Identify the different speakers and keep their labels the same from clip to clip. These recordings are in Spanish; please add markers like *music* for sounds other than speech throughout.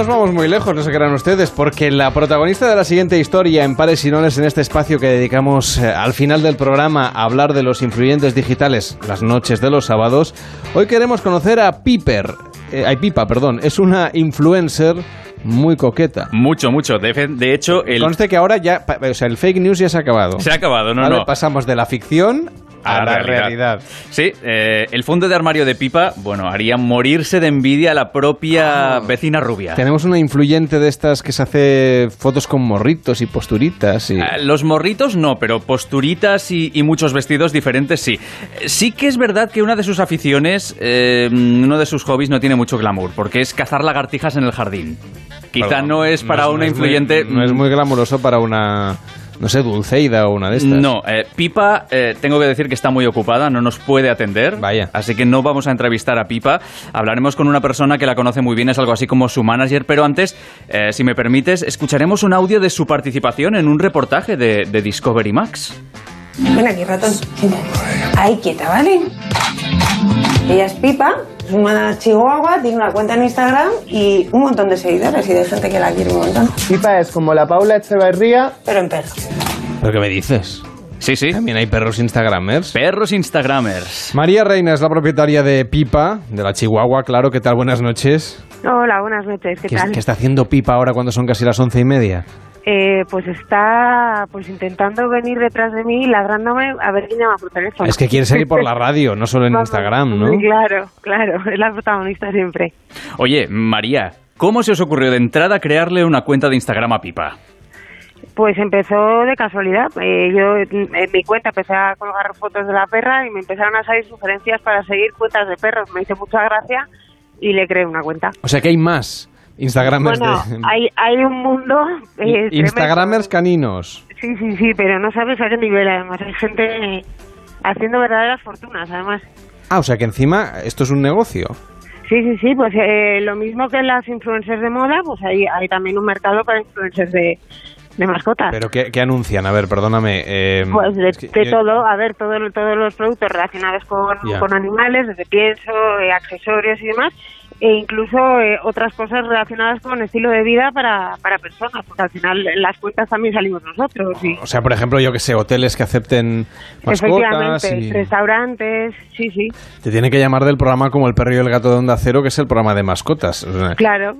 Speaker 1: estamos muy lejos, no se crean ustedes, porque la protagonista de la siguiente historia en Pares y Nones, en este espacio que dedicamos eh, al final del programa a hablar de los influyentes digitales las noches de los sábados, hoy queremos conocer a Piper, eh, a Pipa, perdón, es una influencer muy coqueta.
Speaker 2: Mucho, mucho. De, fe- de hecho, el...
Speaker 1: Conste que ahora ya, pa- o sea, el fake news ya se ha acabado.
Speaker 2: se ha acabado, no,
Speaker 1: Ahora
Speaker 2: no.
Speaker 1: Pasamos de la ficción a, la realidad.
Speaker 2: Sí, eh, el fondo de armario de Pipa, bueno, haría morirse de envidia a la propia
Speaker 1: Ah.
Speaker 2: vecina rubia.
Speaker 1: Tenemos una influyente de estas que se hace fotos con morritos y posturitas. Y...
Speaker 2: Ah, Los morritos no, pero posturitas y, y muchos vestidos diferentes sí. Eh, Sí que es verdad que una de sus aficiones, eh, uno de sus hobbies no tiene mucho glamour, porque es cazar lagartijas en el jardín. Quizá
Speaker 1: Perdón,
Speaker 2: no es para una
Speaker 1: no es muy-
Speaker 2: influyente...
Speaker 1: no es muy glamuroso para una, no sé, Dulceida o una de estas.
Speaker 2: No, eh, Pipa, eh, tengo que decir que está muy ocupada, no nos puede atender.
Speaker 1: Vaya.
Speaker 2: Así que no vamos a entrevistar a Pipa. Hablaremos con una persona que la conoce muy bien, es algo así como su manager. Pero antes, eh, si me permites, escucharemos un audio de su participación en un reportaje de, de Discovery Max.
Speaker 3: Ven aquí, ratón. Siéntate. Ahí quieta, ¿vale? Ella es Pipa, es una chihuahua, tiene una cuenta en Instagram y un montón de seguidores y de gente que la quiere un montón.
Speaker 4: Pipa es como la Paula Echevarría.
Speaker 3: Pero en perro.
Speaker 1: ¿Pero qué me dices?
Speaker 2: Sí, sí.
Speaker 1: También hay perros instagramers.
Speaker 2: Perros Instagramers.
Speaker 1: María Reina es la propietaria de Pipa, de la Chihuahua, claro. ¿Qué tal? Buenas noches.
Speaker 5: Hola, buenas noches. ¿Qué, tal?
Speaker 1: ¿Qué está haciendo Pipa ahora cuando son casi las once y media?
Speaker 5: Eh, pues está pues intentando venir detrás de mí, ladrándome a ver quién llama por teléfono.
Speaker 1: Es que quiere seguir por
Speaker 5: *laughs*
Speaker 1: la radio, no solo en
Speaker 5: Vamos,
Speaker 1: Instagram, ¿no?
Speaker 5: Claro, claro. Es la protagonista siempre.
Speaker 2: Oye, María, ¿cómo se os ocurrió de entrada crearle una cuenta de Instagram a Pipa?
Speaker 5: Pues empezó de casualidad. Eh, yo en en mi cuenta empecé a colgar fotos de la perra y me empezaron a salir sugerencias para seguir cuentas de perros. Me hizo mucha gracia y le creé una cuenta.
Speaker 1: O sea que hay más Instagramers
Speaker 5: Bueno,
Speaker 1: de...
Speaker 5: hay, hay un mundo... eh, tremendo.
Speaker 1: Instagramers caninos.
Speaker 5: Sí, sí, sí, pero no sabes a qué nivel, además. Hay gente haciendo verdaderas fortunas, además.
Speaker 1: Ah, o sea que encima esto es un negocio.
Speaker 5: Sí, sí, sí, pues eh, lo mismo que las influencers de moda, pues hay, hay también un mercado para influencers de, de mascotas.
Speaker 1: Pero ¿qué, qué anuncian? A ver, perdóname. eh,
Speaker 5: Ah. pues de,
Speaker 1: es que-
Speaker 5: de
Speaker 1: eh,
Speaker 5: todo, a ver, todo, lo- todos los productos relacionados con,
Speaker 1: Ya.
Speaker 5: con animales, desde pienso, eh, accesorios y demás, e incluso eh, otras cosas relacionadas con estilo de vida para, para personas, porque al final en las cuentas también salimos nosotros. Y,
Speaker 1: O sea, por ejemplo, yo que sé, hoteles que acepten mascotas.
Speaker 5: efectivamente,
Speaker 1: y-
Speaker 5: restaurantes, sí, sí,
Speaker 1: Te tienen que llamar del programa como El perro y el gato de Onda Cero, que es el programa de mascotas. O sea,
Speaker 5: claro.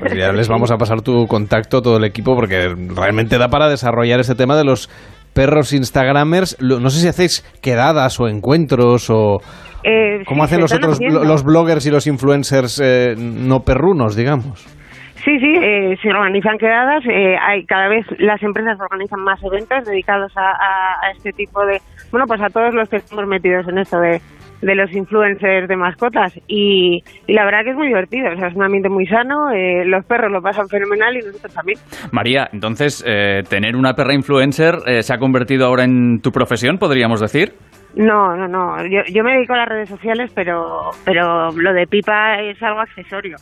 Speaker 1: Pues ya les vamos a pasar tu contacto, todo el equipo, porque realmente da para desarrollar este tema de los perros Instagramers. Lo- No sé si hacéis quedadas o encuentros o...
Speaker 5: *laughs* Eh,
Speaker 1: ¿Cómo
Speaker 5: sí,
Speaker 1: hacen
Speaker 5: se
Speaker 1: los
Speaker 5: están
Speaker 1: otros,
Speaker 5: haciendo.
Speaker 1: los bloggers y los influencers eh, no perrunos, digamos?
Speaker 5: *laughs* Sí, sí, eh, se organizan quedadas. eh, hay cada vez las empresas organizan más eventos dedicados a, a- a este tipo de, bueno, pues a todos los que estamos metidos en esto de, de los influencers de mascotas. Y, y la verdad que es muy divertido. O sea, es un ambiente muy sano. eh, los perros lo pasan fenomenal y nosotros también.
Speaker 2: María, entonces, eh, tener una perra influencer eh, se ha convertido ahora en tu profesión, podríamos decir.
Speaker 5: No, no, no. Yo, yo me dedico a las redes sociales, pero, pero lo de pipa es algo accesorio.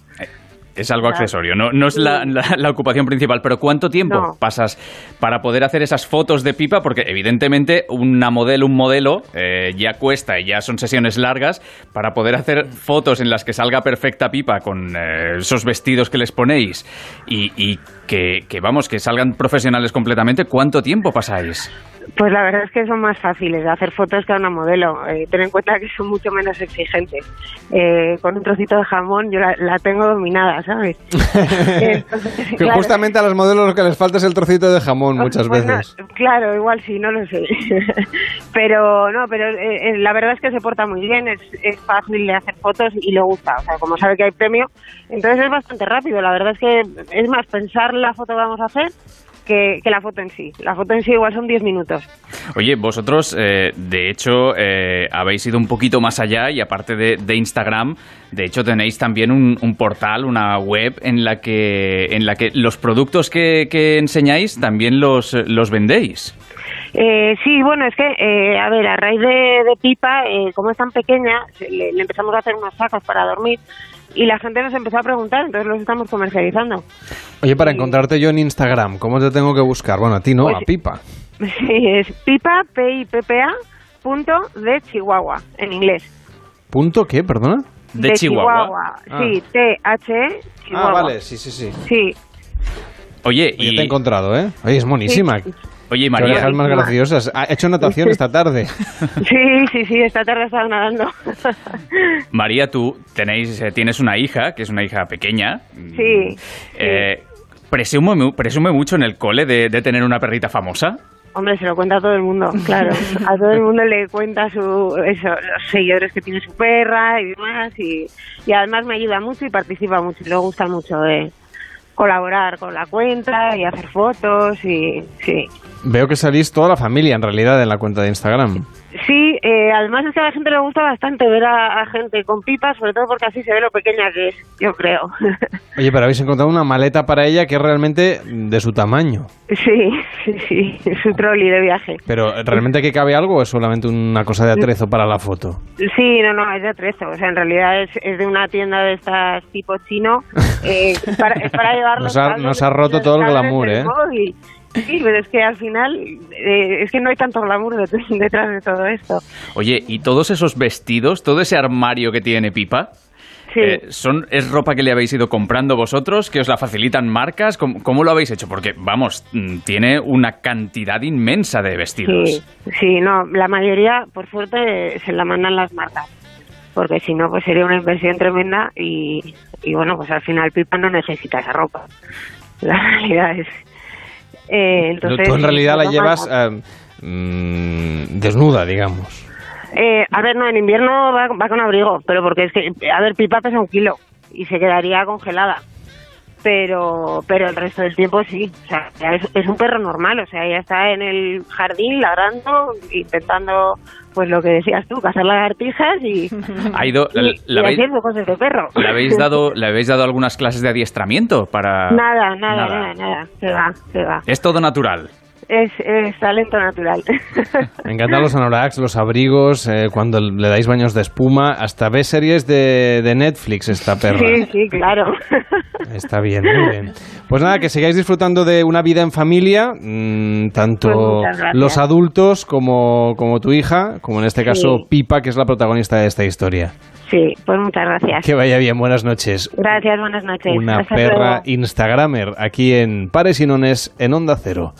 Speaker 2: Es algo
Speaker 5: Claro.
Speaker 2: accesorio, no, no es la, la- la ocupación principal, pero ¿cuánto tiempo
Speaker 5: No.
Speaker 2: pasas para poder hacer esas fotos de pipa? Porque evidentemente una modelo, un modelo eh, ya cuesta y ya son sesiones largas para poder hacer fotos en las que salga perfecta pipa con eh, esos vestidos que les ponéis y, y que, que, vamos, que salgan profesionales completamente, ¿cuánto tiempo pasáis?
Speaker 5: Pues la verdad es que son más fáciles de hacer fotos que a una modelo. Eh, ten en cuenta que son mucho menos exigentes. Eh, con un trocito de jamón yo la, la tengo
Speaker 1: *laughs*
Speaker 5: dominada, ¿sabes? Entonces,
Speaker 1: Que
Speaker 5: claro.
Speaker 1: justamente a los modelos lo que les falta es el trocito de jamón muchas
Speaker 5: Bueno,
Speaker 1: veces.
Speaker 5: Claro, igual sí, no lo sé. *laughs* pero no, pero eh, eh, la verdad es que se porta muy bien, es, es fácil de hacer fotos y le gusta. O sea, como sabe que hay premio, entonces es bastante rápido. La verdad es que es más pensar la foto que vamos a hacer que, que la foto en sí. La foto en sí igual son 10 minutos.
Speaker 2: Oye, vosotros, eh, de hecho, eh, habéis ido un poquito más allá y aparte de, de Instagram, de hecho tenéis también un, un portal, una web en la que, en la que los productos que, que enseñáis también los, eh, los vendéis.
Speaker 5: Eh, sí, bueno, es que, eh, a ver, a raíz de, de Pipa, eh, como es tan pequeña, se- le, le empezamos a hacer unos sacos para dormir y la gente nos empezó a preguntar, entonces los estamos comercializando. *laughs*
Speaker 1: Oye, para encontrarte yo en Instagram, ¿cómo te tengo que buscar? Bueno, a ti no,
Speaker 5: Pues-
Speaker 1: a Pipa.
Speaker 5: Sí, es pipa, p i p p a punto de Chihuahua, en inglés.
Speaker 1: ¿Punto qué? Perdona.
Speaker 2: De Chihuahua.
Speaker 1: Ah.
Speaker 5: Sí, T-H-E, Chihuahua.
Speaker 1: Ah, vale, sí, sí, sí.
Speaker 5: Sí, *laughs*
Speaker 2: Oye,
Speaker 1: Oye, te he
Speaker 2: y,
Speaker 1: encontrado, ¿eh? Oye, es monísima.
Speaker 2: oye, y
Speaker 1: Qué
Speaker 2: María,
Speaker 1: orejas más graciosas. Ha hecho natación esta tarde.
Speaker 5: sí, sí, sí, esta tarde estaba nadando. *laughs*
Speaker 2: María, tú tenéis, eh, tienes una hija, que es una hija pequeña. Mm,
Speaker 5: Sí,
Speaker 2: eh, presume, mu- presume mucho en el cole de, de tener una perrita famosa.
Speaker 5: Hombre, se lo cuenta a todo el mundo, claro. A todo el mundo le cuenta su, eso, los seguidores que tiene su perra y demás. Y, y además me ayuda mucho y participa mucho. Y le gusta mucho eh, colaborar con la cuenta y hacer fotos. y Sí,
Speaker 1: Veo que salís toda la familia, en realidad, en la cuenta de Instagram.
Speaker 5: sí eh, además es que a la gente le gusta bastante ver a, a gente con pipas, sobre todo porque así se ve lo pequeña que es, yo creo. *laughs*
Speaker 1: Oye, pero habéis encontrado una maleta para ella que es realmente de su tamaño.
Speaker 5: sí, sí, sí, su trolley de viaje.
Speaker 1: Pero, ¿realmente que cabe algo o es solamente una cosa de atrezo para la foto?
Speaker 5: Sí, no, no, es de atrezo. O sea, en realidad es, es de una tienda de estas tipo chino. eh, para, es para llevar
Speaker 1: Nos
Speaker 5: los
Speaker 1: ha-
Speaker 5: cables-
Speaker 1: nos ha roto
Speaker 5: los
Speaker 1: todo el
Speaker 5: cables
Speaker 1: glamour,
Speaker 5: del
Speaker 1: ¿eh?
Speaker 5: móvil. Sí, pero es que al final eh, es que no hay tanto glamour det- detrás de todo esto.
Speaker 2: Oye, y todos esos vestidos, todo ese armario que tiene Pipa,
Speaker 5: Sí.
Speaker 2: eh, son, ¿es ropa que le habéis ido comprando vosotros? ¿Que os la facilitan marcas? ¿Cómo, cómo lo habéis hecho? Porque, vamos, mm, tiene una cantidad inmensa de vestidos.
Speaker 5: Sí, sí, no, la mayoría, por suerte, se la mandan las marcas, porque si no, pues sería una inversión tremenda y, y bueno, pues al final Pipa no necesita esa ropa. La realidad es... eh,
Speaker 1: Pero
Speaker 5: entonces,
Speaker 1: Tú en realidad
Speaker 5: se
Speaker 1: la
Speaker 5: lo
Speaker 1: llevas
Speaker 5: mandan.
Speaker 1: eh, mm, desnuda, digamos.
Speaker 5: Eh, a ver, no, en invierno va, va con abrigo, pero porque es que, a ver, Pipa pesa un kilo y se quedaría congelada. Pero, pero el resto del tiempo sí, o sea, ya es, es un perro normal, o sea, ya está en el jardín ladrando, intentando, pues lo que decías tú, cazar lagartijas y,
Speaker 2: Ha ido, la,
Speaker 5: y-
Speaker 2: la
Speaker 5: y
Speaker 2: habéis,
Speaker 5: haciendo cosas de este perro.
Speaker 2: le habéis dado, ¿Le habéis dado algunas clases de adiestramiento para...?
Speaker 5: Nada, nada, nada, nada, se va, se va.
Speaker 2: Es todo natural.
Speaker 5: Es, es talento natural.
Speaker 1: Me encantan los anoraks, los abrigos, eh, cuando le dais baños de espuma, hasta ve series de, de Netflix esta perra.
Speaker 5: *laughs* sí, sí, claro.
Speaker 1: Está bien, muy bien. Pues nada, que sigáis disfrutando de una vida en familia, mm,
Speaker 5: Pues
Speaker 1: tanto
Speaker 5: muchas gracias.
Speaker 1: los adultos como, como tu hija, como en este caso
Speaker 5: Sí.
Speaker 1: Pipa, que es la protagonista de esta historia.
Speaker 5: Sí, pues muchas gracias.
Speaker 1: Que vaya bien, buenas noches.
Speaker 5: Gracias, buenas noches.
Speaker 1: Una
Speaker 5: Hasta
Speaker 1: perra
Speaker 5: luego.
Speaker 1: Instagramer aquí en Pares y Nones en Onda Cero.